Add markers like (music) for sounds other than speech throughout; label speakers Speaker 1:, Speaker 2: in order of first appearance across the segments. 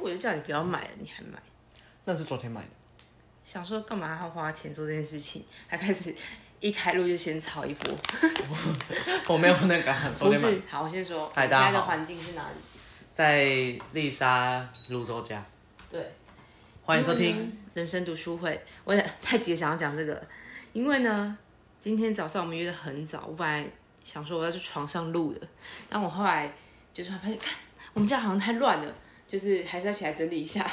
Speaker 1: 我就叫你不要买了，你还买，
Speaker 2: 那是昨天买的，
Speaker 1: 想说干嘛要花钱做这件事情，还开始一开路就先炒一波。
Speaker 2: 我没有那个，昨
Speaker 1: 不
Speaker 2: 天买
Speaker 1: 是，好，我先说，我
Speaker 2: 嗨
Speaker 1: 现
Speaker 2: 大家
Speaker 1: 在的
Speaker 2: 好
Speaker 1: 环境是哪里？
Speaker 2: 在丽莎泸州家，
Speaker 1: 对，
Speaker 2: 欢迎收听。
Speaker 1: 嗯人生读书会。我想太急了，想要讲这个，因为呢，今天早上我们约的很早，我本来想说我要去床上录的，但我后来就是发现，看我们家好像太乱了，就是还是要起来整理一下。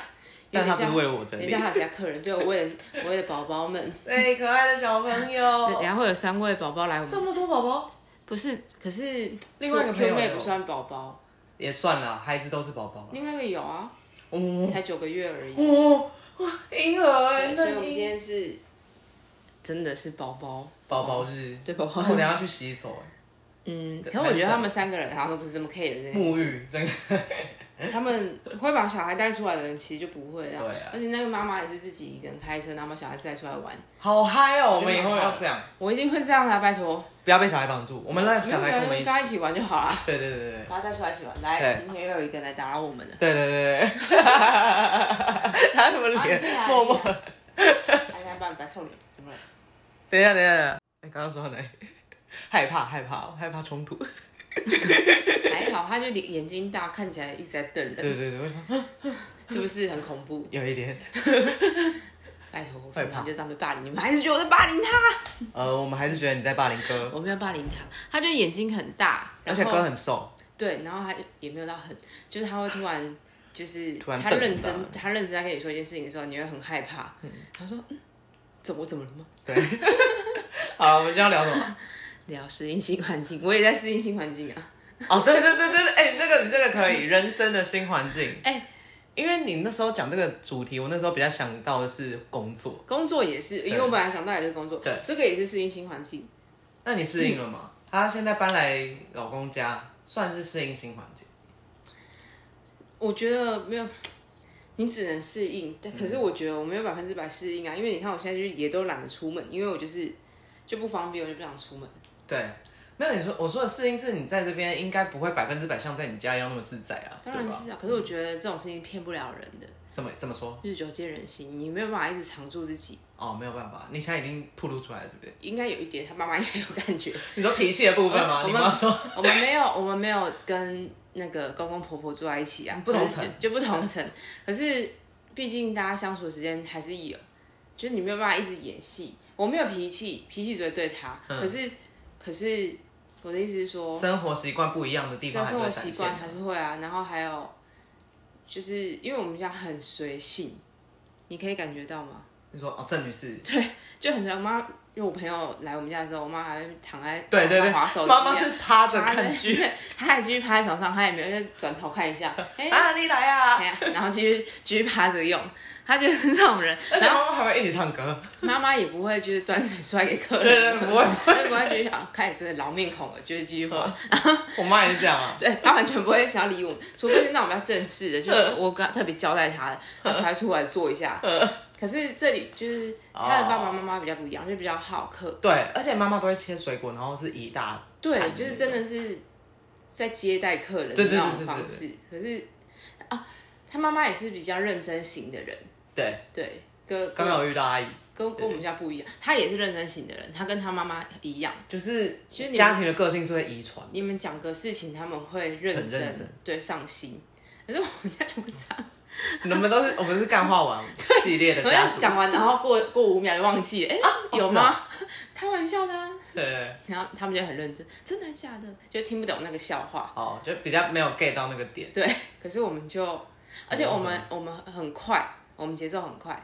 Speaker 2: 但他
Speaker 1: 有点像
Speaker 2: 不是为我整理
Speaker 1: 等一下还有其他客人，对我为了我为了宝宝们，
Speaker 2: 哎，可爱的小朋
Speaker 1: 等一
Speaker 2: 友，
Speaker 1: 下会有三位宝宝来我们。
Speaker 2: 这么多宝宝
Speaker 1: 不是，可是
Speaker 2: 另外一个
Speaker 1: Q
Speaker 2: 没
Speaker 1: 妹
Speaker 2: 有
Speaker 1: 不算宝宝，
Speaker 2: 也算了，孩子都是宝宝了。
Speaker 1: 另外一个有啊，
Speaker 2: 哦
Speaker 1: 才九个月而已。
Speaker 2: 哦，哇，婴儿哎，
Speaker 1: 对所以
Speaker 2: 那
Speaker 1: 我们今
Speaker 2: 婴
Speaker 1: 天是真的是宝宝，
Speaker 2: 宝宝日，
Speaker 1: 对宝
Speaker 2: 我
Speaker 1: 宝。
Speaker 2: 等一下去洗手，
Speaker 1: 嗯，可我觉得他们三个人好像都不是这么 care
Speaker 2: 哎
Speaker 1: 的，
Speaker 2: 沐浴这个，
Speaker 1: 他们会把小孩带出来的人其实就不会啊
Speaker 2: 对啊。
Speaker 1: 而且那个妈妈也是自己一个人开车，然后把小孩带出来玩。
Speaker 2: 好嗨哦！我们以
Speaker 1: 觉得
Speaker 2: 后
Speaker 1: 蛮好
Speaker 2: 要
Speaker 1: 的
Speaker 2: 这样，
Speaker 1: 我一定会这样的啊，拜托。
Speaker 2: 不要被小孩绑住，我们让小孩跟我们一起
Speaker 1: 大。家一起玩就好了，
Speaker 2: 对对对对对
Speaker 1: 把他带出来一起玩。
Speaker 2: 对
Speaker 1: 来，今天又有一个来打扰我们了。
Speaker 2: 对对对， (laughs) 他什么
Speaker 1: 啊你进
Speaker 2: 脸
Speaker 1: 来
Speaker 2: 默默
Speaker 1: 你进？大家把把臭脸，怎么了？
Speaker 2: 等一下，等一下，等一下，哎，刚刚说到哪里？ (laughs) 害怕，害怕，害怕冲突。
Speaker 1: 还好，他就眼眼睛大，看起来一直在瞪
Speaker 2: 对
Speaker 1: 人，
Speaker 2: 对对，我想啊
Speaker 1: (laughs) 是不是很恐怖？
Speaker 2: 有一点。
Speaker 1: 拜托，我
Speaker 2: 害怕
Speaker 1: 平常就这样被霸凌，你们还是觉得我在霸凌他？
Speaker 2: 呃，我们还是觉得你在霸凌哥，
Speaker 1: (laughs) 我没有霸凌他，他就眼睛很大，
Speaker 2: 而且
Speaker 1: 然后
Speaker 2: 哥很瘦，
Speaker 1: 对，然后他也没有到很，就是他会突然就是
Speaker 2: 突然
Speaker 1: 他
Speaker 2: 瞪
Speaker 1: 认
Speaker 2: 你
Speaker 1: 真
Speaker 2: 吧，
Speaker 1: 他认真在跟你说一件事情的时候，你会很害怕。他说：“嗯，怎么我怎么了吗
Speaker 2: 对。 (laughs) 好了，我们今天要聊什
Speaker 1: (laughs)
Speaker 2: 么？？”
Speaker 1: 聊适应新环境，我也在适应新环境啊。
Speaker 2: 哦，对对对对对，哎、这个你这个可以，人生的新环境。
Speaker 1: 哎
Speaker 2: 因为你那时候讲这个主题，我那时候比较想到的是工作。
Speaker 1: 工作也是，因为我本来想带来这个工作，
Speaker 2: 对
Speaker 1: 这个也是适应新环境。
Speaker 2: 那你适应了
Speaker 1: 嗯
Speaker 2: 吗？她现在搬来老公家，算是适应新环境。
Speaker 1: 我觉得没有，你只能适应，但可是我觉得我没有百分之百适应啊，因为你看我现在就是也都懒得出门，因为我就是就不方便，我就不想出门。
Speaker 2: 对，没有你说我说的适应是你在这边应该不会百分之百像在你家一样那么自在啊，
Speaker 1: 当然是
Speaker 2: 对吧？
Speaker 1: 啊，可是我觉得这种事情骗不了人的，
Speaker 2: 怎么怎么说？
Speaker 1: 日久见人心，你没有办法一直常住自己。
Speaker 2: 哦，没有办法，你现在已经吐露出来了，是不是？
Speaker 1: 应该有一点，他妈妈应该有感觉。
Speaker 2: 你说脾气的部分吗？
Speaker 1: 呃我
Speaker 2: 你
Speaker 1: 们
Speaker 2: 妈说，
Speaker 1: (laughs) 我们没有，我们没有跟那个公公婆婆住在一起啊，
Speaker 2: 不同
Speaker 1: 可是
Speaker 2: 层
Speaker 1: 就就不同层。可是毕竟大家相处的时间还是有，就是你没有办法一直演戏。我没有脾气，脾气只会对他。
Speaker 2: 嗯
Speaker 1: 可是，可是我的意思是说，
Speaker 2: 生活习惯不一样的地
Speaker 1: 对
Speaker 2: 方
Speaker 1: 啊
Speaker 2: 还是
Speaker 1: 生
Speaker 2: 会
Speaker 1: 活
Speaker 2: 展
Speaker 1: 习
Speaker 2: 现
Speaker 1: 惯还
Speaker 2: 的。
Speaker 1: 是会啊。然后还有，就是因为我们家很随性，你可以感觉到吗？
Speaker 2: 你说哦，郑女士，
Speaker 1: 就很随。我妈因为我朋友来我们家的时候，我妈还会躺在
Speaker 2: 对对
Speaker 1: 床
Speaker 2: 对，
Speaker 1: 上滑手机
Speaker 2: 妈妈
Speaker 1: 啊
Speaker 2: 是趴着
Speaker 1: 趴在
Speaker 2: 看剧
Speaker 1: 他还继续 (laughs) 趴在床上，他也没有就转头看一下，哎、
Speaker 2: (laughs) 啊，你来啊
Speaker 1: 哎，呀，然后继续继续趴着用。他就是这种人，
Speaker 2: 而且
Speaker 1: 然后
Speaker 2: 妈妈还会一起唱
Speaker 1: (laughs)
Speaker 2: 歌，
Speaker 1: 妈妈也不会就是端水出来给客
Speaker 2: 对对
Speaker 1: 人，
Speaker 2: 对，不会，嗯
Speaker 1: 她不会觉得啊，开始老面孔了，就是继续滑。
Speaker 2: 我妈也是这样啊。
Speaker 1: 对，他完全不会想要理我们，除非是那种比较正式的，就是
Speaker 2: 嗯
Speaker 1: 我刚特别交代他的，他才出来坐一下。可是这里就是
Speaker 2: 哦
Speaker 1: 他的爸爸妈妈比较不一样，就比较好客，
Speaker 2: (laughs) 对，而且妈妈都会切水果，然后是一大
Speaker 1: 对，
Speaker 2: 盘
Speaker 1: 就是
Speaker 2: 那
Speaker 1: 真
Speaker 2: 种
Speaker 1: 的是在接待客人的
Speaker 2: 对对对
Speaker 1: 那种
Speaker 2: 对对
Speaker 1: 方式。可是啊，他妈妈也是比较认真型的人，
Speaker 2: 对。
Speaker 1: 对，跟
Speaker 2: 刚
Speaker 1: 跟
Speaker 2: 好遇到阿姨，
Speaker 1: 跟跟我们家不一样，他也是认真型的人，他跟他妈妈一样。
Speaker 2: 就是
Speaker 1: 其实你
Speaker 2: 家庭的个性是会遗传。
Speaker 1: 你们讲个事情，他们会认
Speaker 2: 很
Speaker 1: 真，
Speaker 2: 认真
Speaker 1: 对，上心。可是我们家就不这样，
Speaker 2: 你们都是我们是干话王系列的
Speaker 1: 我
Speaker 2: 家
Speaker 1: 要
Speaker 2: 族，
Speaker 1: 讲完，然后过过五秒就忘记，哎、
Speaker 2: 哦
Speaker 1: (laughs) 有
Speaker 2: 是
Speaker 1: 吗？开玩笑的、啊。
Speaker 2: 对，
Speaker 1: 然后他们就很认真，真的假的？就听不懂那个笑话。
Speaker 2: 哦，就比较没有 get 到那个点，
Speaker 1: 对， (laughs) 可是我们就，而且我们、我们很快，我们节奏很快。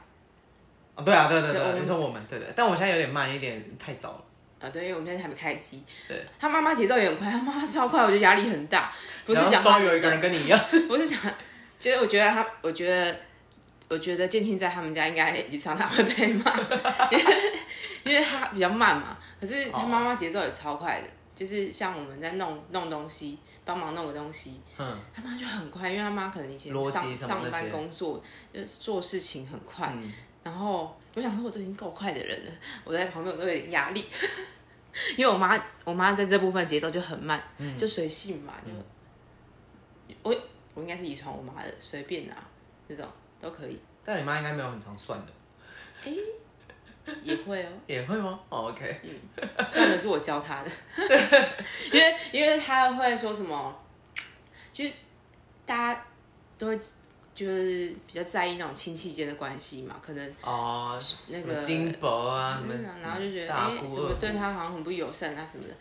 Speaker 2: 哦，对啊，对对
Speaker 1: 对我
Speaker 2: 对，
Speaker 1: 们
Speaker 2: 你说我们对对，但我现在有点慢，一点太早了，
Speaker 1: 啊，对，因为我们现在还没开机。
Speaker 2: 对，
Speaker 1: 他妈妈节奏也很快，他妈妈超快，我觉得压力很大。不是
Speaker 2: 然后
Speaker 1: 讲他
Speaker 2: 终于有一个人跟你一样，
Speaker 1: (laughs) 不是讲，就是我觉得他，我觉得，我觉得建庆在他们家应该也常常会被骂， (laughs) 因为他比较慢嘛。可是
Speaker 2: 哦
Speaker 1: 他妈妈节奏也超快的，就是像我们在弄弄东西，帮忙弄个东西，
Speaker 2: (laughs) 嗯，
Speaker 1: 他妈就很快，因为他妈可能以前
Speaker 2: 逻辑
Speaker 1: 上
Speaker 2: 什么那
Speaker 1: 上班
Speaker 2: 些
Speaker 1: 工作就是做事情很快，
Speaker 2: 嗯
Speaker 1: 然后我想说我都已经够快的人了，我在旁边我都有点压力， (laughs) 因为我妈我妈在这部分节奏就很慢，
Speaker 2: 嗯
Speaker 1: 就随性嘛，就、我我应该是遗传我妈的，随便啊，这种都可以，
Speaker 2: 但你妈应该没有很常算的，
Speaker 1: 也会哦。
Speaker 2: 也会吗、o k
Speaker 1: 算了，是我教
Speaker 2: (laughs)
Speaker 1: 他的，因为因为他会说什么，就是大家都会就是比较在意那种亲戚间的关系嘛，可能
Speaker 2: 哦，
Speaker 1: 那
Speaker 2: 什么
Speaker 1: 个
Speaker 2: 金箔啊，什么
Speaker 1: 嗯，然后就觉得
Speaker 2: 大
Speaker 1: 哎、
Speaker 2: 姑
Speaker 1: 怎么
Speaker 2: 二
Speaker 1: 对
Speaker 2: 姑
Speaker 1: 他好像很不友善啊什么的，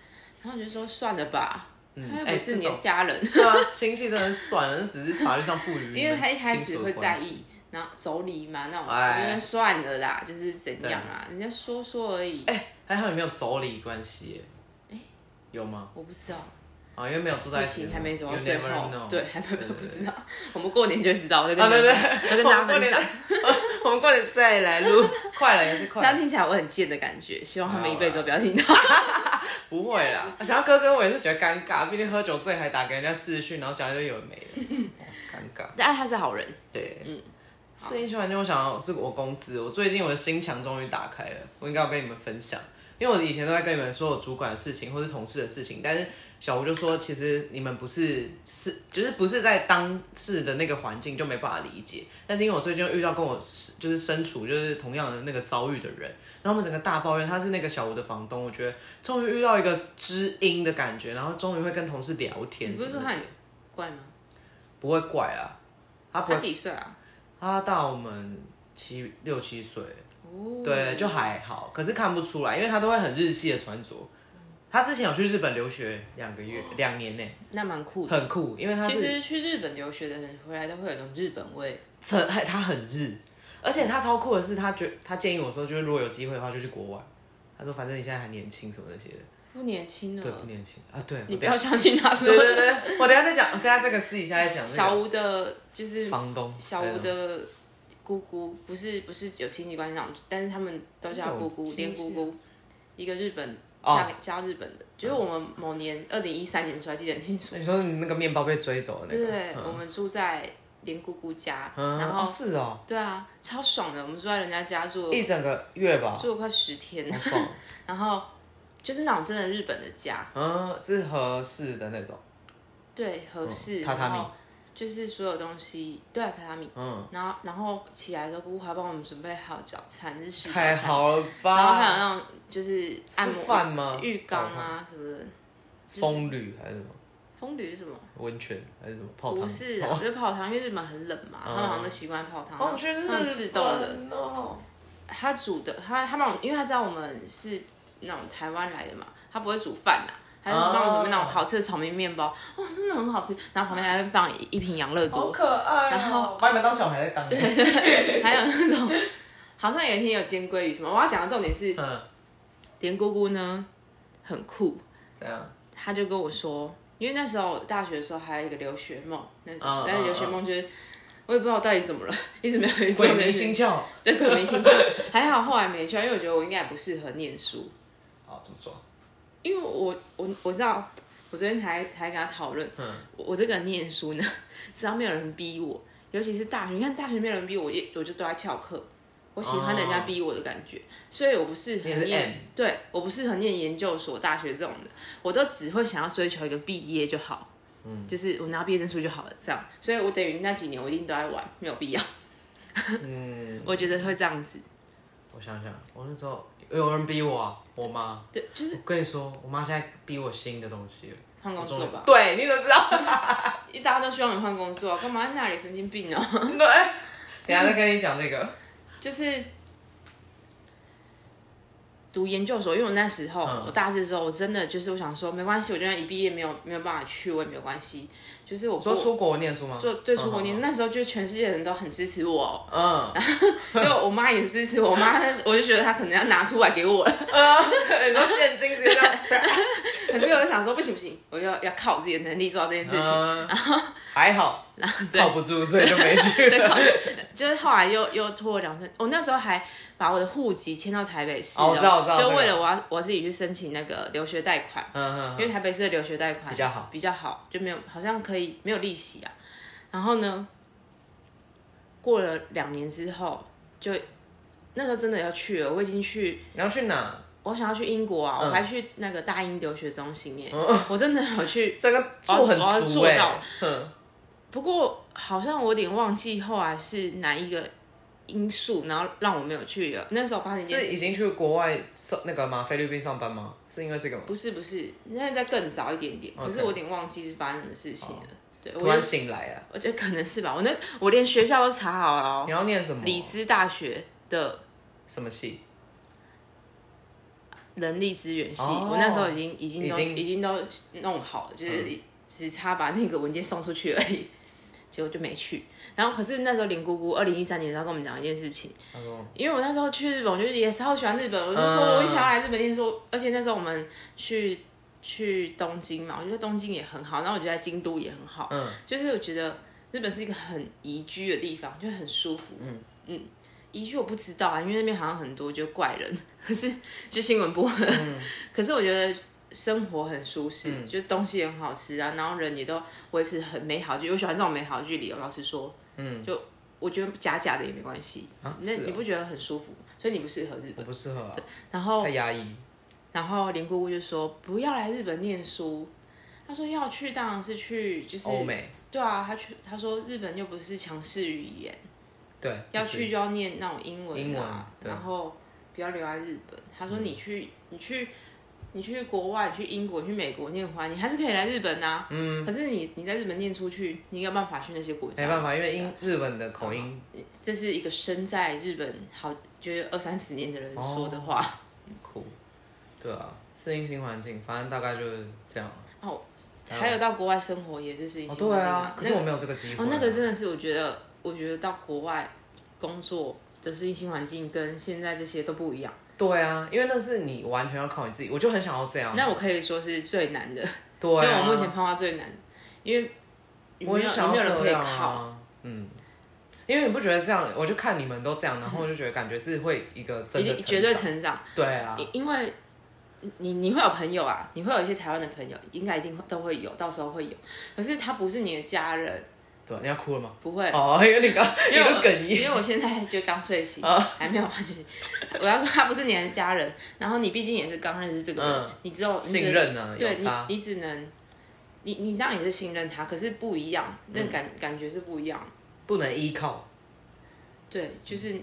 Speaker 1: 然后我就说算了吧，他又
Speaker 2: 哎
Speaker 1: 不是你
Speaker 2: 这
Speaker 1: 的
Speaker 2: 种
Speaker 1: 家人，
Speaker 2: 对啊，亲戚真的算了，那只是法律上赋予你们
Speaker 1: 因为他一开始
Speaker 2: 嗯亲属
Speaker 1: 会
Speaker 2: 的关
Speaker 1: 在
Speaker 2: 系。
Speaker 1: 意，然后妯娌嘛那种，
Speaker 2: 哎
Speaker 1: 我就说算了啦，就是怎样啊，人家说说而已，
Speaker 2: 哎、还好有没有妯娌关系耶？有吗？
Speaker 1: 我不知道。
Speaker 2: 啊，因为没有住在
Speaker 1: 哎事
Speaker 2: 一
Speaker 1: 情
Speaker 2: 起嘛，
Speaker 1: 还没走到
Speaker 2: You
Speaker 1: 最
Speaker 2: never
Speaker 1: 后
Speaker 2: know，
Speaker 1: 对，还没
Speaker 2: 对
Speaker 1: 不
Speaker 2: 对
Speaker 1: 知道。我们过年就知道，我在跟
Speaker 2: 啊
Speaker 1: 你们
Speaker 2: 对对
Speaker 1: 我跟大家分享。
Speaker 2: (laughs) 我们过年再来
Speaker 1: (laughs)
Speaker 2: 录，快了也是
Speaker 1: 这样
Speaker 2: 快了，
Speaker 1: 听起来我很贱的感觉，希望他们一辈子都不要听到。
Speaker 2: (laughs) 不会啦。想要哥哥，我也是觉得尴尬，毕竟喝酒醉还打给人家私讯，然后讲一堆有的没 (laughs) 的，哦尴尬。
Speaker 1: 但他是好人，
Speaker 2: 对，嗯。声音循环间，我想要是我公司，我最近我的心墙终于打开了，我应该要跟你们分享，因为我以前都在跟你们说我主管的事情或是同事的事情，但是小吴就说，其实你们不是是就是不是在当事的那个环境就没办法理解，但是因为我最近又遇到跟我是就是身处就是同样的那个遭遇的人，然后我们整个大抱怨，他是那个小吴的房东，我觉得终于遇到一个知音的感觉，然后终于会跟同事聊天
Speaker 1: 你不
Speaker 2: 什么的，
Speaker 1: 是说他很怪吗？
Speaker 2: 不会怪啦，他不会
Speaker 1: 他几岁啊？
Speaker 2: 他大我们七六七岁，
Speaker 1: 哦，
Speaker 2: 对，就还好，可是看不出来，因为他都会很日系的穿着。他之前有去日本留学两个月、两年呢、
Speaker 1: 那蛮酷的。
Speaker 2: 很酷，因为他
Speaker 1: 哦其
Speaker 2: 是
Speaker 1: 实去日本留学的人回来都会有一种日本味，
Speaker 2: 很他很日，而且他超酷的是，他觉他建议我说，就是如果有机会的话，就去国外。他说，反正你现在还年轻什么那些的，
Speaker 1: 不年轻
Speaker 2: 对，不
Speaker 1: 了。
Speaker 2: 年轻啊，对，
Speaker 1: 哦你
Speaker 2: 我
Speaker 1: 不
Speaker 2: 等一
Speaker 1: 要
Speaker 2: 下
Speaker 1: 相信他
Speaker 2: 对
Speaker 1: 说
Speaker 2: 对对，我等一下再讲，我等一下这个私底下再讲。
Speaker 1: 小吴的，就是
Speaker 2: 房东，
Speaker 1: 小吴的姑姑，不是不是有亲戚关系那种，但是他们都叫她姑
Speaker 2: 那
Speaker 1: 姑，
Speaker 2: 种
Speaker 1: 连姑姑，一个日本
Speaker 2: 啊哦
Speaker 1: 嫁给嫁到日本的，就是我们某年二零一三年的时候，还记得很清楚。
Speaker 2: 对，你说你那个面包被追走嗯的那
Speaker 1: 对
Speaker 2: 个，
Speaker 1: 对，
Speaker 2: 嗯
Speaker 1: 我们住在连姑姑家，
Speaker 2: 嗯，
Speaker 1: 然
Speaker 2: 哦
Speaker 1: 后
Speaker 2: 是哦，
Speaker 1: 对啊，超爽的，我们住在人家家住
Speaker 2: 一整个月吧，
Speaker 1: 住了快十天，(laughs)
Speaker 2: 好爽。
Speaker 1: 然后就是那种真的日本的家，
Speaker 2: 嗯，是合适的那种。
Speaker 1: 对，合适，
Speaker 2: 嗯榻榻米
Speaker 1: 然后就是所有东西，对啊，榻榻米。
Speaker 2: 嗯，
Speaker 1: 然后，然后起来的时候，姑姑还帮我们准备好早餐，日式早
Speaker 2: 太
Speaker 1: 餐。
Speaker 2: 好了
Speaker 1: 然后还有
Speaker 2: 吧？
Speaker 1: 那种就是按
Speaker 2: 是
Speaker 1: 摩
Speaker 2: 饭吗？
Speaker 1: 浴缸啊什么的，就是
Speaker 2: 风吕还是什么
Speaker 1: 风吕是什么？
Speaker 2: 温泉还是什么泡汤？
Speaker 1: 不是啊，我觉得泡汤，因为日本很冷嘛，他
Speaker 2: 嗯
Speaker 1: 们好像都习惯泡汤，
Speaker 2: 哦，我去日
Speaker 1: 他们自动的。
Speaker 2: 本哦。
Speaker 1: 他煮的，他他帮我，因为他知道我们是那种台湾来的嘛，他不会煮饭啦，他就是帮我准备那种好吃的草莓面
Speaker 2: 哦
Speaker 1: 包，哇、真的很好吃。然后旁边还会放一一瓶养乐多，
Speaker 2: 可爱、哦
Speaker 1: 然后
Speaker 2: 把你们当小孩在当。对，
Speaker 1: 还有那种好像有一天有煎鲑鱼什么。我要讲的重点是，
Speaker 2: 嗯，
Speaker 1: 连姑姑呢很酷，
Speaker 2: 这样。
Speaker 1: (laughs) 他就跟我说，因为那时候我大学的时候还有一个留学梦，那时候
Speaker 2: 嗯
Speaker 1: 但是留学梦就是我也不知道我到底怎么了， (laughs) 一直没有去做
Speaker 2: 鬼
Speaker 1: 这
Speaker 2: 迷
Speaker 1: 件事 (laughs)
Speaker 2: 心窍。
Speaker 1: 对，鬼迷心窍。还好后来没去，因为我觉得我应该也不适合念书，
Speaker 2: 哦，怎么说？
Speaker 1: 因为我我我知道，我昨天才才跟他讨论，
Speaker 2: 嗯
Speaker 1: 我我这个人念书呢， (laughs) 只要没有人逼我，尤其是大学，你看大学没有人逼我，我也我就都在翘课。我喜欢人家逼我的感觉，所以我不适合
Speaker 2: 哦你也是
Speaker 1: 念
Speaker 2: M，
Speaker 1: 对，我不适合念研究所、大学这种的，我都只会想要追求一个毕业就好，嗯，就是我拿毕业证书就好了，这样。所以我等于那几年我一定都在玩，没有必要。
Speaker 2: 嗯，
Speaker 1: 我觉得会这样子，
Speaker 2: 我想想，我那时候有人逼我、啊，我妈。
Speaker 1: 对，就是
Speaker 2: 我跟你说，我妈现在逼我新的
Speaker 1: (laughs)
Speaker 2: 东西了。
Speaker 1: 换工作吧，
Speaker 2: 对，你怎么知道？
Speaker 1: (laughs) 因为大家都希望你换工作，干嘛在那里神经病哦？
Speaker 2: 对。等一下再跟你讲这个。
Speaker 1: 就是读研究所，因为我那时候、
Speaker 2: 嗯
Speaker 1: 我大四的时候，我真的就是我想说，没关系，我就算一毕业没有没有办法去，我也没有关系。就是我
Speaker 2: 说
Speaker 1: 过
Speaker 2: 出国念书吗？
Speaker 1: 就对出国 (laughs) 念，
Speaker 2: 嗯
Speaker 1: 那时候就全世界人都很支持我，哦
Speaker 2: 嗯， (laughs)
Speaker 1: 就我妈也支持我妈，我就觉得她可能要拿出来给我了。 (laughs)
Speaker 2: 你说现金直接这样，
Speaker 1: 可是我就想说，不行不行，我要要靠我自己的能力做到这件事情。
Speaker 2: 嗯还好
Speaker 1: 对
Speaker 2: 靠不住，所以就没去
Speaker 1: 对，靠
Speaker 2: 了。
Speaker 1: 就是后来又又拖了两三，我那时候还把我的户籍迁到台北市
Speaker 2: 哦我知道我知道
Speaker 1: 就
Speaker 2: 这个
Speaker 1: 为了我要我自己去申请那个留学贷款，
Speaker 2: 嗯嗯
Speaker 1: 因为台北市的留学贷款
Speaker 2: 比较好
Speaker 1: 比较好就没有好像可以没有利息啊。然后呢，过了两年之后，就那时候真的要去了，我已经去，
Speaker 2: 你要去哪？
Speaker 1: 我想要去英国啊，我
Speaker 2: 嗯
Speaker 1: 还去那个大英留学中心耶，我真的有去。欸
Speaker 2: 哦这个做很
Speaker 1: 我要
Speaker 2: 足
Speaker 1: 做
Speaker 2: 哎
Speaker 1: 到，
Speaker 2: 嗯，
Speaker 1: 不过好像我有点忘记后来是哪一个因素，然后让我没有去了。那时候发生一件
Speaker 2: 是
Speaker 1: 事
Speaker 2: 已
Speaker 1: 情，
Speaker 2: 经去国外上那个吗？菲律宾上班吗？是因为这个吗？
Speaker 1: 不是不是，那在更早一点点，可是
Speaker 2: OK 哦
Speaker 1: 我有点忘记是发生什么事情了。对，
Speaker 2: 突
Speaker 1: 我
Speaker 2: 然
Speaker 1: 就
Speaker 2: 醒来啊！
Speaker 1: 我觉得可能是吧，我那我连学校都查好了、哦
Speaker 2: 你要念什么？
Speaker 1: 里斯大学的
Speaker 2: 什么系？
Speaker 1: 人力资源系，
Speaker 2: 哦
Speaker 1: 我那时候已经已经都
Speaker 2: 已经嗯
Speaker 1: 已经都弄好了，就是只差把那个文件送出去而已，结果就没去。然后可是那时候林姑姑二零一三年的时候跟我们讲一件事情，
Speaker 2: 他说
Speaker 1: 因为我那时候去日本，我就是也超喜欢日本，我就
Speaker 2: 嗯
Speaker 1: 说我也想要来日本念书，而且那时候我们去去东京嘛，我觉得东京也很好，然后我觉得在京都也很好，
Speaker 2: 嗯，
Speaker 1: 就是我觉得日本是一个很宜居的地方，就很舒服，嗯宜居我不知道啊，因为那边好像很多就怪人， (laughs) 可是就新闻不闻，
Speaker 2: 嗯
Speaker 1: (laughs) 可是我觉得。生活很舒适，就是东西很好吃啊，然后人也都维持很美好的距离。我喜欢这种美好的距离哦。老实说，嗯，就我觉得假假的也没关系，
Speaker 2: 啊
Speaker 1: 那
Speaker 2: 是哦
Speaker 1: 你不觉得很舒服吗？所以你不哦适合日
Speaker 2: 我
Speaker 1: 本。
Speaker 2: 不适合啊，
Speaker 1: 然后
Speaker 2: 太压抑。
Speaker 1: 然后林姑姑就说不要来日本念书，她说要去当然是去就是
Speaker 2: 欧美
Speaker 1: 对啊，她去她说日本又不是强势语言，
Speaker 2: 对，
Speaker 1: 要
Speaker 2: 就是
Speaker 1: 去就要念那种英文
Speaker 2: 英文
Speaker 1: 啊，
Speaker 2: 对嗯
Speaker 1: 然后不要留在日本。她说你去、你去你去国外，你去英国、你去美国念华，你还是可以来日本啊。嗯，可是你你在日本念出去，你有办法去那些国家？
Speaker 2: 没办法，因为英日本的口音
Speaker 1: 这是一个身在日本好就是二三十年的人说的
Speaker 2: 哦
Speaker 1: 话。
Speaker 2: 苦。对啊，适应新环境，反正大概就是这样。
Speaker 1: 还有到国外生活也是事情、
Speaker 2: 哦，对啊，可
Speaker 1: 那
Speaker 2: 是我没有这个机会啊。
Speaker 1: 哦，那个真的是我觉得，我觉得到国外工作的适应新环境跟现在这些都不一样。
Speaker 2: 对啊，因为那是你完全要靠你自己，我就很想要这样。
Speaker 1: 那我可以说是最难的，因
Speaker 2: 哦对
Speaker 1: 为
Speaker 2: 啊，
Speaker 1: 我目前碰到最难的，因为你
Speaker 2: 我
Speaker 1: 没
Speaker 2: 就
Speaker 1: 有
Speaker 2: 想
Speaker 1: 你没
Speaker 2: 要
Speaker 1: 有人
Speaker 2: 这
Speaker 1: 可以
Speaker 2: 样
Speaker 1: 靠。
Speaker 2: 啊。嗯，因为你不觉得这样，我就看你们都这样，然后我就觉得感觉是会一个
Speaker 1: 一
Speaker 2: 真的
Speaker 1: 定
Speaker 2: 成
Speaker 1: 绝对
Speaker 2: 长
Speaker 1: 成长，
Speaker 2: 对啊，
Speaker 1: 因因为你你会有朋友啊，你会有一些台湾的朋友，应该一定会都会有，到时候会有。可是他不是你的家人，
Speaker 2: 对，啊你要哭了吗？
Speaker 1: 不会，
Speaker 2: 哦，因为你刚一
Speaker 1: (laughs) 因为
Speaker 2: 路
Speaker 1: 我
Speaker 2: (laughs) 哽咽，
Speaker 1: 因为我现在就刚睡醒，
Speaker 2: 哦
Speaker 1: 还没有完全。我要说他不是你的家人，然后你毕竟也是刚认识这个人，
Speaker 2: 嗯
Speaker 1: 哦你只有
Speaker 2: 信任啊
Speaker 1: 你只
Speaker 2: 有
Speaker 1: 对
Speaker 2: 差
Speaker 1: 你，你只能，你你当然也是信任他，可是不一样，
Speaker 2: 嗯
Speaker 1: 那感、感觉是不一样。
Speaker 2: 不能依靠。
Speaker 1: 对，就是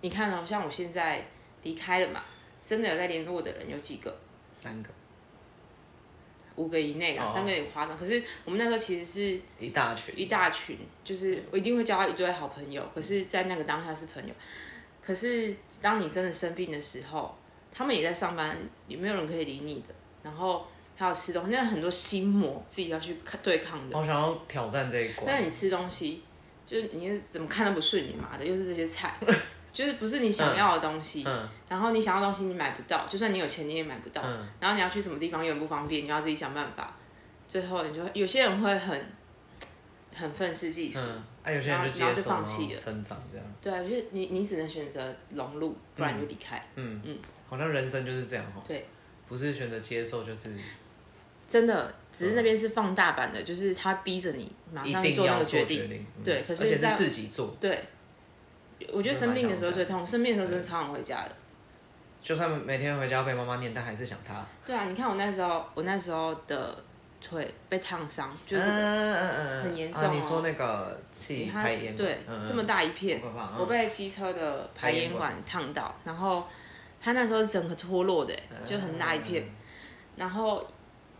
Speaker 1: 你看哦，像我现在离开了嘛，真的有在联络的人有几个？
Speaker 2: 三个
Speaker 1: 五个以内啦，
Speaker 2: 哦
Speaker 1: 三个有点夸张。可是我们那时候其实是
Speaker 2: 一大群，
Speaker 1: 一大群，就是我一定会交到一堆好朋友。可是，在那个当下是朋友，可是当你真的生病的时候，他们也在上班，也没有人可以理你的。然后还有吃东西，那很多心魔自己要去看对抗的。
Speaker 2: 我想要挑战这一
Speaker 1: 那
Speaker 2: 关。
Speaker 1: 你吃东西，就是你是怎么看都不顺眼嘛的，又是这些
Speaker 2: (laughs)
Speaker 1: 菜，就是不是你想要的东西。
Speaker 2: 嗯
Speaker 1: 然后你想要的东西你买不到，就算你有钱你也买不到。
Speaker 2: 嗯
Speaker 1: 然后你要去什么地方又很不方便，你要自己想办法。最后你就有些人会很很愤世嫉俗，
Speaker 2: 嗯，啊，有些人
Speaker 1: 然后
Speaker 2: 就接
Speaker 1: 然后
Speaker 2: 受，
Speaker 1: 就放弃了
Speaker 2: 然后成长这样。
Speaker 1: 对啊，就是你你只能选择融入，不然你就离开。
Speaker 2: 嗯嗯，好像人生就是这样哦。
Speaker 1: 对，
Speaker 2: 不是选择接受，就是
Speaker 1: 真的，只是那边是放大版的，就是他逼着你马
Speaker 2: 嗯一
Speaker 1: 上
Speaker 2: 定
Speaker 1: 做那
Speaker 2: 要
Speaker 1: 个
Speaker 2: 决
Speaker 1: 决定。
Speaker 2: 嗯
Speaker 1: 对可是
Speaker 2: 而且是
Speaker 1: 在
Speaker 2: 自己做，
Speaker 1: 对，我觉得生病的时候最痛，生病的时候真的超想回家的。
Speaker 2: 就算每天回家被妈妈念，但还是想他。
Speaker 1: 对啊，你看我那时候，我那时候的腿被烫伤，就是、
Speaker 2: 嗯嗯嗯，
Speaker 1: 很严
Speaker 2: 啊
Speaker 1: 重哦
Speaker 2: 你说那个气
Speaker 1: 你看
Speaker 2: 排烟，
Speaker 1: 对、
Speaker 2: 嗯
Speaker 1: 这么大一片
Speaker 2: 好，可怕嗯
Speaker 1: 我被机车的排烟管烫到，然后他那时候整个脱落的，欸
Speaker 2: 嗯
Speaker 1: 就很大一片。然后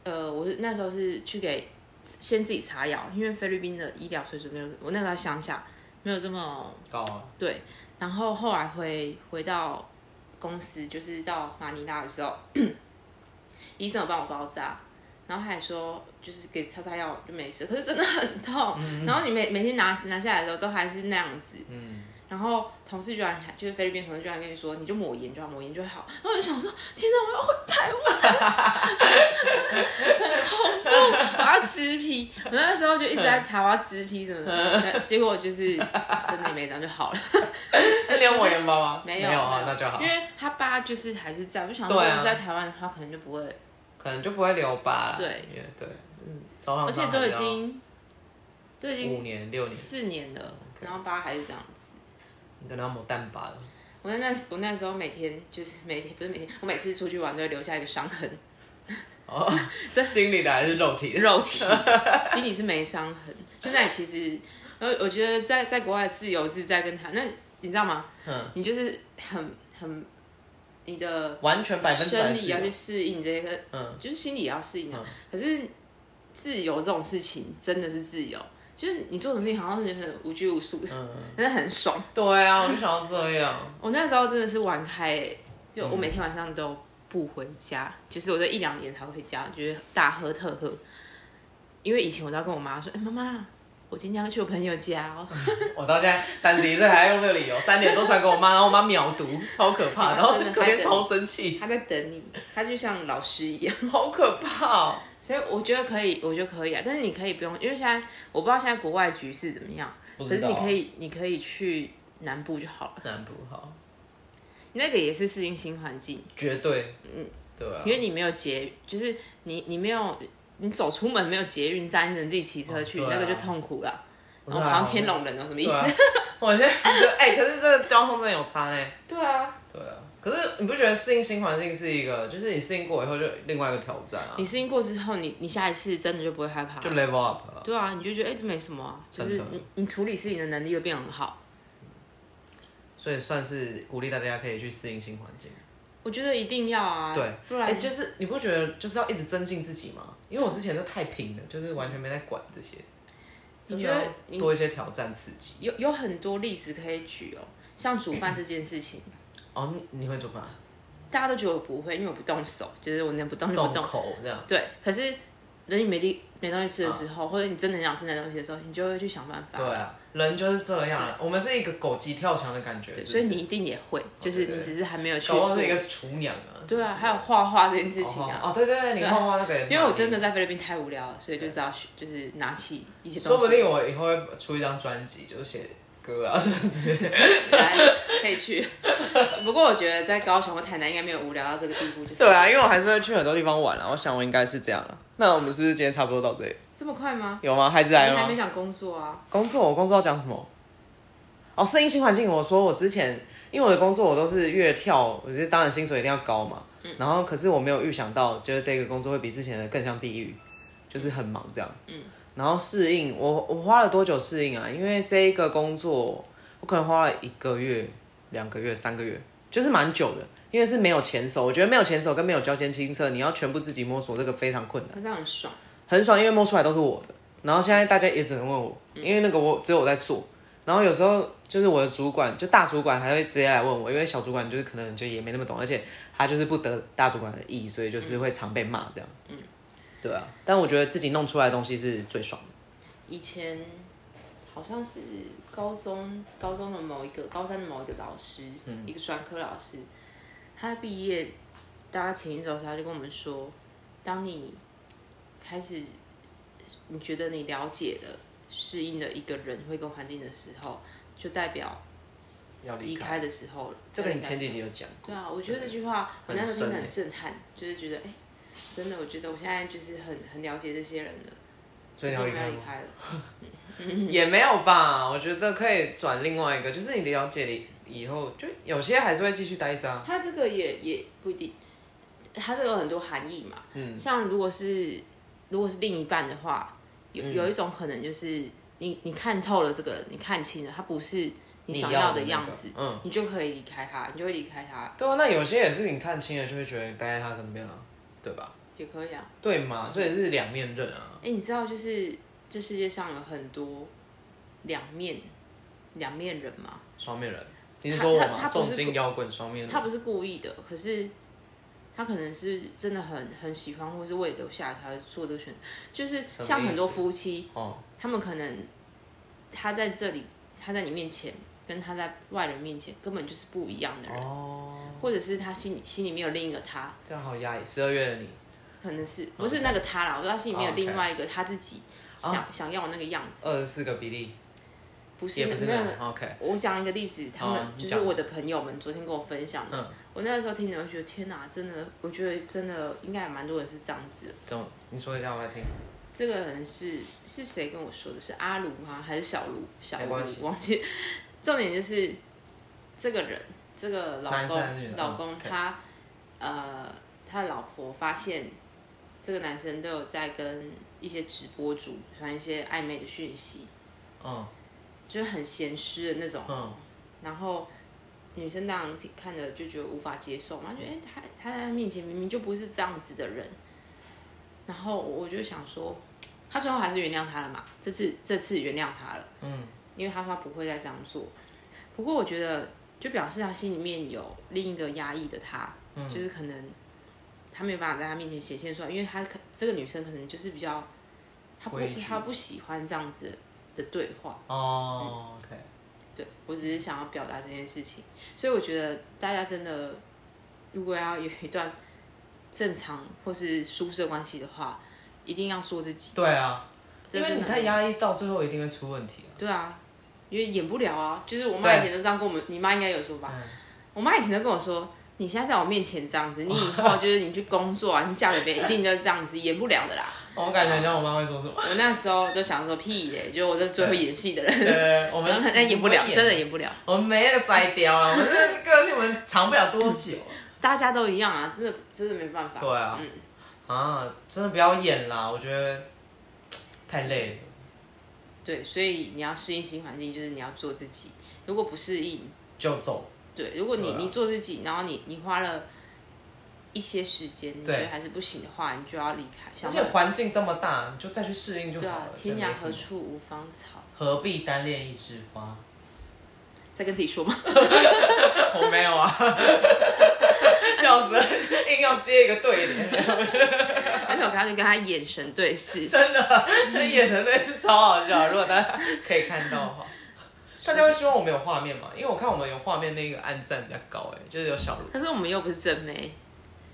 Speaker 1: 呃，我是那时候是去给先自己擦药，因为菲律宾的医疗水准没有，我那时候在乡下没有这么 (laughs)
Speaker 2: 高啊，
Speaker 1: 对。然后后来回回到公司，就是到马尼拉的时候，医生有帮我包扎。然后他还说，就是给擦擦药就没事，可是真的很痛。然后你每每天拿拿下来的时候，都还是那样子。
Speaker 2: 嗯，
Speaker 1: 然后同事居然还就是菲律宾同事居然跟你说，你就抹盐就好，抹盐就好。然后我就想说，天哪，我要回台 (laughs) 湾，很恐怖，我要植皮。我那时候就一直在查我要植皮什么的，结果就是真的也没长就好了。
Speaker 2: 就连我原包吗？
Speaker 1: (laughs) 没
Speaker 2: 有
Speaker 1: 有
Speaker 2: 啊，那就好
Speaker 1: 因，为他爸就是还是在，我就想
Speaker 2: 对
Speaker 1: 说，
Speaker 2: 啊
Speaker 1: 如果是在台湾的话，可能就不会，
Speaker 2: 可能就不会留疤啦。
Speaker 1: 对
Speaker 2: 因为对，嗯，手上
Speaker 1: 而且
Speaker 2: 伤
Speaker 1: 都
Speaker 2: 还
Speaker 1: 已
Speaker 2: 是要
Speaker 1: 经都已
Speaker 2: 五
Speaker 1: 经
Speaker 2: 年六年，
Speaker 1: 四年了，然后爸还是这样子。
Speaker 2: 你可能要抹淡疤了。
Speaker 1: (laughs) 我那我那时候每天就是每天不是每天，我每次出去玩都会留下一个伤痕。
Speaker 2: 哦，
Speaker 1: (laughs)
Speaker 2: (laughs) 这心里的还是肉体的？
Speaker 1: 肉体，心里是没伤痕。现在其实然后我觉得在在国外自由自在跟谈，那你知道吗？
Speaker 2: 嗯，
Speaker 1: 你就是很很你的
Speaker 2: 完全百分之百
Speaker 1: 生
Speaker 2: 自
Speaker 1: 理啊要去
Speaker 2: 由。
Speaker 1: 适应这个，
Speaker 2: 嗯，
Speaker 1: 就是心理也要适应啊。
Speaker 2: 嗯
Speaker 1: 可是自由这种事情真的是自由，就是你做什么事情好像是很无拘无束的，
Speaker 2: 嗯，
Speaker 1: 但是很爽。
Speaker 2: 对啊，我就想要这样。
Speaker 1: 我那时候真的是玩开、欸，就我每天晚上都不回家，就是我这一两年才回家，就是大喝特喝。因为以前我都要跟我妈说，哎、妈妈，我今天要去我朋友家哦，
Speaker 2: (laughs) 我到现在三十一岁还要用这个理由，三点钟传给我妈，然后我妈秒读，超可
Speaker 1: (laughs)
Speaker 2: 怕，然后
Speaker 1: 真的
Speaker 2: 隔天
Speaker 1: 太
Speaker 2: 超生气，
Speaker 1: 她在等你，她就像老师一样。
Speaker 2: 好可怕哦。
Speaker 1: 所以我觉得可以，我觉得可以啊，但是你可以不用，因为现在我不知道现在国外局势怎么样，
Speaker 2: 不
Speaker 1: 可
Speaker 2: 知
Speaker 1: 是
Speaker 2: 道啊
Speaker 1: 你可以，你可以去南部就好了，
Speaker 2: 南部好，
Speaker 1: 那个也是适应新环境，
Speaker 2: 绝对，嗯，对啊
Speaker 1: 因，为你没有捷，就是你你没有你走出门没有捷运站，你只能自己骑车去，
Speaker 2: 哦对啊
Speaker 1: 那个就痛苦了。
Speaker 2: 我
Speaker 1: 然
Speaker 2: 觉
Speaker 1: 后
Speaker 2: 得
Speaker 1: 好
Speaker 2: 还
Speaker 1: 像
Speaker 2: 好
Speaker 1: 天龙人哦，什么意
Speaker 2: 对
Speaker 1: 思？
Speaker 2: 啊，我现在 (laughs) 哎、可是这个交通真的有差呢、欸
Speaker 1: 对啊，
Speaker 2: 对啊，可是你不觉得适应新环境是一个，就是你适应过以后就另外一个挑战啊
Speaker 1: 你，适应过之后，你你下一次真的就不会害怕。
Speaker 2: 就 level up 了。
Speaker 1: 对啊，你就觉得哎、这没什么啊，就是
Speaker 2: 真的
Speaker 1: 你你处理事情的能力会变很好。
Speaker 2: 所以算是鼓励大家可以去适应新环境。
Speaker 1: 我觉得一定要啊，
Speaker 2: 对，
Speaker 1: 不
Speaker 2: 哎、
Speaker 1: 然
Speaker 2: 就是你不觉得就是要一直增进自己吗？因为我之前都太平了，就是完全没在管这些。
Speaker 1: 你
Speaker 2: 真
Speaker 1: 觉
Speaker 2: 的
Speaker 1: 得
Speaker 2: 要
Speaker 1: 你
Speaker 2: 多一些挑战刺激？
Speaker 1: 有有很多例子可以举哦，像煮饭这件事情，
Speaker 2: 哦，你你会做饭？
Speaker 1: 大家都觉得我不会，因为我不动手，就是我能不动就
Speaker 2: 动
Speaker 1: 不动。
Speaker 2: 口这样？啊
Speaker 1: 对，可是等你没地没东西吃的时候，或者你真的很想吃那东西的时候，你就会去想办
Speaker 2: 对
Speaker 1: 法。
Speaker 2: 啊，人就是这样啊。我们是一个狗急跳墙的感觉，
Speaker 1: 对，
Speaker 2: 是
Speaker 1: 所
Speaker 2: 不
Speaker 1: 以
Speaker 2: 是
Speaker 1: 你一定也
Speaker 2: 哦
Speaker 1: 会，就是你只是还没有去
Speaker 2: 搞不
Speaker 1: 做
Speaker 2: 好。是一个厨娘啊。
Speaker 1: 对啊，还有
Speaker 2: 哦
Speaker 1: 画画这件事情啊，
Speaker 2: 哦，对对对，你画画那个也是蛮厉害，
Speaker 1: 因为我真的在菲律宾太无聊了，所以就知道去就是拿起一些
Speaker 2: 说
Speaker 1: 东
Speaker 2: 不
Speaker 1: 西
Speaker 2: 定我以后会出一张专辑，就是写歌啊，甚至
Speaker 1: 来可以去。 (laughs) 不过我觉得在高雄或台南应该没有无聊到这个地步，就是
Speaker 2: (laughs) 对啊，因为我还是会去很多地方玩啊。我想我应该是这样了。那我们是不是今天差不多到这里？
Speaker 1: 这么快吗？
Speaker 2: 有吗？孩子
Speaker 1: 你
Speaker 2: 来了
Speaker 1: 还没
Speaker 2: 吗？
Speaker 1: 讲工作啊？
Speaker 2: 工作，我工作要讲什么？哦，适应新环境。我说我之前，因为我的工作我都是越跳，我就当然薪水一定要高嘛。然后可是我没有预想到，就是这个工作会比之前的更像地狱，就是很忙这样。嗯。然后适应，我我花了多久适应啊？因为这一个工作，我可能花了一个月、两个月、三个月，就是蛮久的。因为是没有前手，我觉得没有前手跟没有交尖清澈，你要全部自己摸索，这个非常困难。
Speaker 1: 好像很爽。
Speaker 2: 很爽，因为摸出来都是我的。然后现在大家也只能问我，因为那个我只有我在做。然后有时候就是我的主管，就大主管还会直接来问我，因为小主管就是可能就也没那么懂，而且他就是不得大主管的意，所以就是会常被骂这样。嗯，对啊。但我觉得自己弄出来的东西是最爽的。
Speaker 1: 以前好像是高中高中的某一个高三的某一个老师，
Speaker 2: 嗯
Speaker 1: 一个专科老师，他毕业大概前一周的时候他就跟我们说，当你开始你觉得你了解了适应了一个人会跟环境的时候，就代表
Speaker 2: 嗯
Speaker 1: 离开的时候了。
Speaker 2: 这个，你
Speaker 1: 代表
Speaker 2: 前几集有讲。
Speaker 1: 对啊，我觉得这句话我
Speaker 2: 很
Speaker 1: 那时候听得
Speaker 2: 深
Speaker 1: 很震
Speaker 2: 欸
Speaker 1: 撼，就是觉得哎、真的，我觉得我现在就是很很了解这些人了，
Speaker 2: 所以
Speaker 1: 就
Speaker 2: 你
Speaker 1: 是
Speaker 2: 要
Speaker 1: 我
Speaker 2: 离
Speaker 1: 们
Speaker 2: 开
Speaker 1: 要离
Speaker 2: 吗
Speaker 1: 开了。
Speaker 2: 也没有吧？我觉得可以转另外一个，就是你了解你以后，就有些还是会继续待着啊。
Speaker 1: 它这个也也不一定，它这个有很多含义嘛。嗯，像如果是如果是另一半的话，有、
Speaker 2: 嗯
Speaker 1: 有一种可能就是你你看透了这个人，你看清了，他不是你想要的样子，
Speaker 2: 你要的那个嗯。
Speaker 1: 你就可以离开他，你就会离开他，
Speaker 2: 对啊，那有些也是你看清了就会觉得待在他身边了、啊对吧？
Speaker 1: 也可以啊。
Speaker 2: 对嘛，所以是两面刃啊。
Speaker 1: 哎、你知道就是这世界上有很多两面两面人吗？
Speaker 2: 双面人。你是说我
Speaker 1: 他他
Speaker 2: 吗？
Speaker 1: 他不
Speaker 2: 重
Speaker 1: 是
Speaker 2: 金摇滚双面人
Speaker 1: 他，不是故意的，可是他可能是真的很很喜欢，或是为了留下来才会做这个选择。就是
Speaker 2: 什么
Speaker 1: 像
Speaker 2: 意
Speaker 1: 很多
Speaker 2: 思
Speaker 1: 夫妻，
Speaker 2: 哦，
Speaker 1: 他们可能他在这里，他在你面前，跟他在外人面前根本就是不一样的人，
Speaker 2: 哦，
Speaker 1: 或者是他心里心里面有另一个他，
Speaker 2: 这样好压抑。十二月的你，
Speaker 1: 可能是不是那个他啦？我说他心里面有
Speaker 2: 哦，OK
Speaker 1: 另外一个他自己
Speaker 2: 哦
Speaker 1: 想、想要的那个样子，
Speaker 2: 二十四个比例
Speaker 1: 不是
Speaker 2: 也不
Speaker 1: 那
Speaker 2: 是
Speaker 1: 没有
Speaker 2: 那样。OK，哦
Speaker 1: 我讲一个例子，他们、
Speaker 2: 哦你
Speaker 1: 就
Speaker 2: 讲
Speaker 1: 是我的朋友们昨天跟我分享的，
Speaker 2: 嗯
Speaker 1: 我那个时候听着我就觉得天哪，真的，我觉得真的应该也蛮多人是这样子的。
Speaker 2: 怎么？你说一下我来听。
Speaker 1: 这个人是是谁跟我说的？是阿鲁吗？还是小卢？小
Speaker 2: 没
Speaker 1: 卢
Speaker 2: 关系
Speaker 1: 忘记。重点就是这个人，这个老
Speaker 2: 男生还是女
Speaker 1: 公，
Speaker 2: 的
Speaker 1: 老
Speaker 2: 嗯
Speaker 1: 公
Speaker 2: ，OK
Speaker 1: 他呃，他老婆发现这个男生都有在跟一些直播主传一些暧昧的讯息，
Speaker 2: 嗯，
Speaker 1: 就是很闲湿的那种，
Speaker 2: 嗯，
Speaker 1: 然后女生当然挺看着就觉得无法接受嘛，觉得哎、他他在他面前明明就不是这样子的人，然后我就想说，他最后还是原谅他了嘛，这次这次原谅他了，嗯，因为他说他不会再这样做，不过我觉得就表示他心里面有另一个压抑的他，就是可能他没有办法在他面前显现出来，因为他可这个女生可能就是比较，他不
Speaker 2: 规矩
Speaker 1: 他不喜欢这样子的对话。
Speaker 2: 哦，OK，
Speaker 1: 对我只是想要表达这件事情，所以我觉得大家真的，如果要有一段正常或是舒适的关系的话，一定要做自己。
Speaker 2: 对啊，
Speaker 1: 这
Speaker 2: 因为
Speaker 1: 真
Speaker 2: 你
Speaker 1: 的
Speaker 2: 太压抑到最后一定会出问题啊。
Speaker 1: 对啊，因为演不了啊。就是我妈
Speaker 2: 对
Speaker 1: 以前都这样跟我们，你妈应该有说吧？
Speaker 2: 嗯
Speaker 1: 我妈以前都跟我说，你现在在我面前这样子，你以后就是你去工作啊，你嫁给别人一定都这样子，演不了的啦。
Speaker 2: 哦我感觉像我妈会
Speaker 1: (laughs)
Speaker 2: 说什么，
Speaker 1: 我那时候就想说屁嘞、就我是最会演戏的人，
Speaker 2: 呃，
Speaker 1: (laughs)
Speaker 2: 我们
Speaker 1: 那演不了，
Speaker 2: 我们
Speaker 1: 真的演不了。
Speaker 2: 我们没那个摘雕啊，我们这个个性我们藏不了多久。啊
Speaker 1: 大家都一样啊，真的真的没办法。
Speaker 2: 对啊，
Speaker 1: 嗯
Speaker 2: 啊，真的不要演啦，我觉得太累了。
Speaker 1: 对，所以你要适应新环境，就是你要做自己。如果不适应，
Speaker 2: 就走，
Speaker 1: 对，如果你、
Speaker 2: 对啊
Speaker 1: 你做自己，然后你你花了一些时间，你觉
Speaker 2: 对
Speaker 1: 得还是不行的话，你就要离开。
Speaker 2: 而
Speaker 1: 想
Speaker 2: 且
Speaker 1: 办法
Speaker 2: 环境这么大，你就再去适应就好
Speaker 1: 对啊
Speaker 2: 了。，
Speaker 1: 天
Speaker 2: 真的
Speaker 1: 涯
Speaker 2: 没什
Speaker 1: 何
Speaker 2: 么？
Speaker 1: 处无芳
Speaker 2: (laughs)
Speaker 1: 草，
Speaker 2: 何必单恋一枝 (laughs) 花？
Speaker 1: 在跟自己说吗？
Speaker 2: 我没有啊， (laughs) 笑死了，硬要接一个对
Speaker 1: (laughs)
Speaker 2: 联，
Speaker 1: 而且我刚刚就跟他眼神对视，
Speaker 2: 真的，那眼神真的是超好笑。如果大家可以看到的 (laughs) 话，大家会希望我们有画面嘛？因为我看我们有画面，那个暗赞比较高，哎，就是有小
Speaker 1: 可是我们又不是正妹，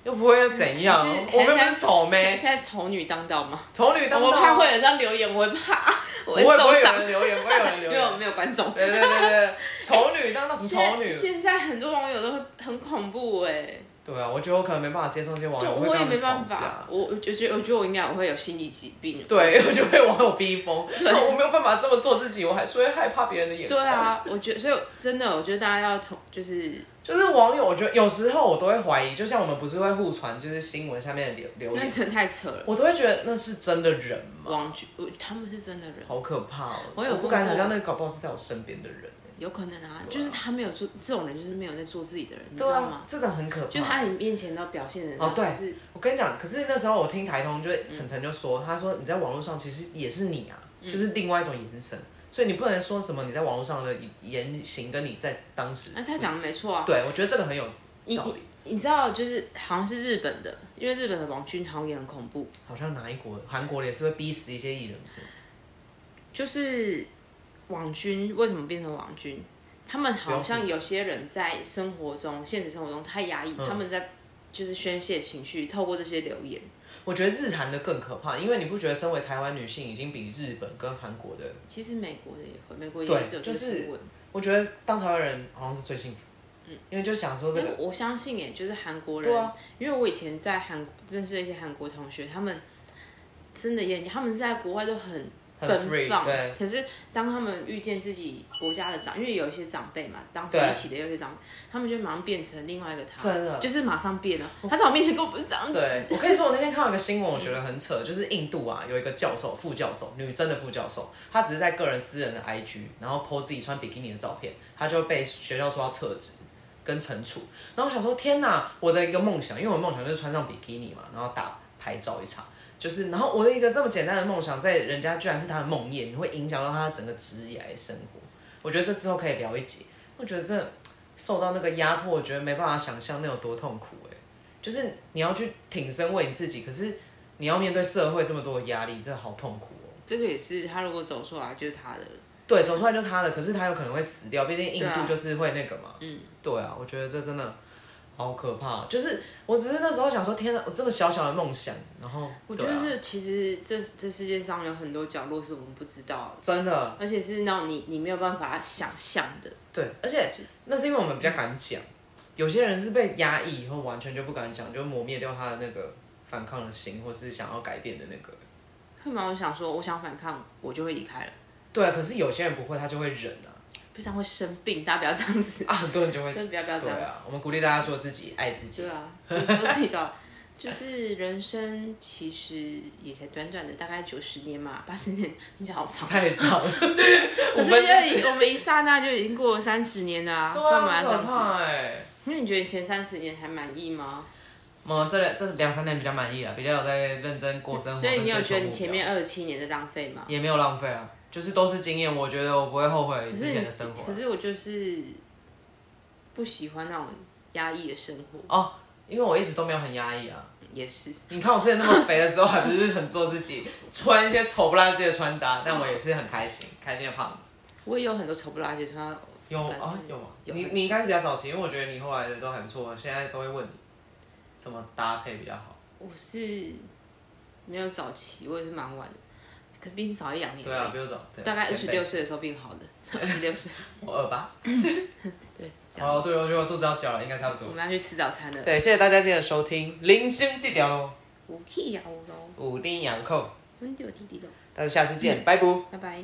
Speaker 2: 又不会怎样，
Speaker 1: 可是
Speaker 2: 我们 (laughs) 又不是丑
Speaker 1: 现在
Speaker 2: (laughs) 妹，
Speaker 1: 现在丑女当道吗？
Speaker 2: 丑女当道
Speaker 1: 我
Speaker 2: 啊
Speaker 1: 怕会有人这样留言，我会怕，我
Speaker 2: 不
Speaker 1: 会
Speaker 2: 会不
Speaker 1: 受
Speaker 2: 会有
Speaker 1: 伤
Speaker 2: 人，留言，不会有人
Speaker 1: 因
Speaker 2: 留
Speaker 1: 为我
Speaker 2: 言
Speaker 1: 没。有观众。
Speaker 2: 对对对对，丑女当道什么丑
Speaker 1: (laughs) 现
Speaker 2: 女？
Speaker 1: 现在很多网友都会很恐怖哎、
Speaker 2: 对啊，我觉得我可能没办法接受这些网
Speaker 1: 对，
Speaker 2: 友，
Speaker 1: 我
Speaker 2: 会
Speaker 1: 也
Speaker 2: 跟他们
Speaker 1: 没
Speaker 2: 吵
Speaker 1: 办
Speaker 2: 架
Speaker 1: 法。。我我觉得，我觉得我应该我会有心理疾病。
Speaker 2: 对，我就被网友逼疯，
Speaker 1: 对
Speaker 2: 我没有办法这么做自己，我还是会害怕别人的眼
Speaker 1: 对
Speaker 2: 光。
Speaker 1: 啊，我觉得，所以真的，我觉得大家要同，就是
Speaker 2: 就是网友，我觉得有时候我都会怀疑，就像我们不是会互传，就是新闻下面的留留
Speaker 1: 那
Speaker 2: 言，
Speaker 1: 真的太扯了。
Speaker 2: 我都会觉得那是真的人吗？
Speaker 1: 网剧，我他们是真的人，
Speaker 2: 好可怕哦！
Speaker 1: 我有
Speaker 2: 不敢
Speaker 1: 碰
Speaker 2: 想
Speaker 1: 过
Speaker 2: 象那个搞不好是在我身边的人。
Speaker 1: 有可能啊，就是他没有做这种人，就是没有在做自己的人，你知
Speaker 2: 对
Speaker 1: 道
Speaker 2: 啊
Speaker 1: 吗，？
Speaker 2: 这个很可怕。
Speaker 1: 就他在你面前都表现的
Speaker 2: 哦对
Speaker 1: 是
Speaker 2: 我跟你讲，可是那时候我听台通，就是晨晨就说，他说你在网络上其实也是你啊，就是另外一种延伸，所以你不能说什么你在网络上的言行跟你在当时，
Speaker 1: 哎，他讲的没错啊。
Speaker 2: 对我觉得这个很有
Speaker 1: 你
Speaker 2: 道
Speaker 1: 你
Speaker 2: 理，
Speaker 1: 你知道，就是好像是日本的，因为日本的网军好像也很恐怖，
Speaker 2: 好像哪一国韩国也是会逼死一些艺人，不是吗？
Speaker 1: 就是网军为什么变成网军？他们好像有些人在生活中、现实生活中太压抑，
Speaker 2: 嗯
Speaker 1: 他们在就是宣泄情绪，透过这些留言，
Speaker 2: 我觉得日韩的更可怕，因为你不觉得身为台湾女性已经比日本跟韩国的，
Speaker 1: 其实美国的也会，美国也
Speaker 2: 对
Speaker 1: 一直有这
Speaker 2: 就
Speaker 1: 个
Speaker 2: 是
Speaker 1: 新闻。
Speaker 2: 我觉得当台湾人好像是最幸福，因为就想说这
Speaker 1: 因
Speaker 2: 个
Speaker 1: 为我相信耶，就是韩国
Speaker 2: 对
Speaker 1: 人，
Speaker 2: 啊
Speaker 1: 因为我以前在韩国认识的一些韩国同学，他们真的也，他们在国外都很
Speaker 2: 很
Speaker 1: 奔
Speaker 2: free，
Speaker 1: 放
Speaker 2: 对，，
Speaker 1: 可是当他们遇见自己国家的长，因为有一些长辈嘛，当时
Speaker 2: 对
Speaker 1: 一起的有一些长辈，他们就马上变成另外一个他，
Speaker 2: 真的哦
Speaker 1: 就是马上变了。他在我面前跟我不是这样子，
Speaker 2: 对，我跟你说，我那天看到一个新闻，我觉得很扯，就是印度啊，有一个教授，副教授，女生的副教授，她只是在个人私人的 IG，然后 po 自己穿比基尼的照片，她就被学校说要撤职跟惩处。然后我想说，天哪，我的一个梦想，因为我的梦想就是穿上比基尼嘛，然后打拍照一场。就是，然后我的一个这么简单的梦想，在人家居然是他的梦魇，你会影响到他整个职业生活。我觉得这之后可以聊一集。我觉得这受到那个压迫，我觉得没办法想象那有多痛苦哎、就是你要去挺身为你自己，可是你要面对社会这么多的压力，真的好痛苦哦。
Speaker 1: 这个也是他如果走出来就是他的，
Speaker 2: 对，走出来就他了，可是他有可能会死掉，毕竟印
Speaker 1: 对
Speaker 2: 度
Speaker 1: 啊
Speaker 2: 就是会那个嘛。嗯，对啊，我觉得这真的好可怕。就是我只是那时候想说，天哪，我这么小小的梦想，然后
Speaker 1: 我觉
Speaker 2: 对啊
Speaker 1: 得是其实这这世界上有很多角落是我们不知道的，
Speaker 2: 真的
Speaker 1: 而且是那种你你没有办法想象的。
Speaker 2: 对，而且那是因为我们比较敢讲，有些人是被压抑以后完全就不敢讲，就磨灭掉他的那个反抗的心，或是想要改变的那个。
Speaker 1: 会吗？我想说，我想反抗，我就会离开了，
Speaker 2: 对，啊可是有些人不会，他就会忍
Speaker 1: (laughs)
Speaker 2: 啊，
Speaker 1: 不然会生病。大家不要这样子，
Speaker 2: 啊，很多人就会。
Speaker 1: 真的不要不要这
Speaker 2: 对
Speaker 1: 样子。
Speaker 2: 啊，我们鼓励大家说自己爱自己。
Speaker 1: 对啊，就是自己的。就是人生其实也才短短的大概九十年嘛，八十年，你讲好
Speaker 2: (laughs)
Speaker 1: 长。
Speaker 2: 太早了，
Speaker 1: (laughs) 可是
Speaker 2: 五分
Speaker 1: 因
Speaker 2: 之四
Speaker 1: 为我们一刹那就已经过了三十年了、啊，干嘛这
Speaker 2: 很
Speaker 1: 样
Speaker 2: 可
Speaker 1: 子？
Speaker 2: 怕哎。
Speaker 1: 那你觉得你前三十年还满意吗？
Speaker 2: 嗯，这两这两三年比较满意啊，比较有在认真过生活。
Speaker 1: 所以你有觉
Speaker 2: 跟追求
Speaker 1: 得你
Speaker 2: 目
Speaker 1: 前
Speaker 2: 标
Speaker 1: 面二十七年的浪费吗？
Speaker 2: 也没有浪费啊，就是都是经验，我觉得我不会后悔
Speaker 1: 可
Speaker 2: 之
Speaker 1: 是
Speaker 2: 前
Speaker 1: 你
Speaker 2: 的生活
Speaker 1: 可
Speaker 2: 啊。
Speaker 1: 是我就是不喜欢那种压抑的生活，
Speaker 2: 哦， (laughs) 因为我一直都没有很压抑啊。
Speaker 1: 也是。
Speaker 2: 你看我之前那么肥的时候，还不是很做自己，穿一些丑不拉几的穿搭，但我也是很开心， (laughs) 开心的胖子。
Speaker 1: 我也有很多丑不拉几穿到，
Speaker 2: 有
Speaker 1: 对
Speaker 2: 啊、有吗？
Speaker 1: 有
Speaker 2: 你你应该是比较早期，因为我觉得你后来的都还不错，现在都会问你怎么搭配比较好。
Speaker 1: 我是没有早期，我也是蛮晚的，可比你早一两年而
Speaker 2: 对
Speaker 1: 已。
Speaker 2: 啊，不用早，对
Speaker 1: 大概二
Speaker 2: 前
Speaker 1: 十
Speaker 2: 辈
Speaker 1: 六岁的时候变好的，二十六岁。
Speaker 2: 我二八。
Speaker 1: (laughs)
Speaker 2: (laughs)
Speaker 1: 对，
Speaker 2: 哦，对，我觉得我肚子要绞了，应该差不
Speaker 1: 我
Speaker 2: 多。
Speaker 1: 们要去吃早餐了。
Speaker 2: 对，谢谢大家今天的收听，零星记条喽，
Speaker 1: 我去摇喽，
Speaker 2: 五丁洋扣，
Speaker 1: 温度有滴滴的，嗯
Speaker 2: 但是下次见，拜拜。
Speaker 1: 拜拜。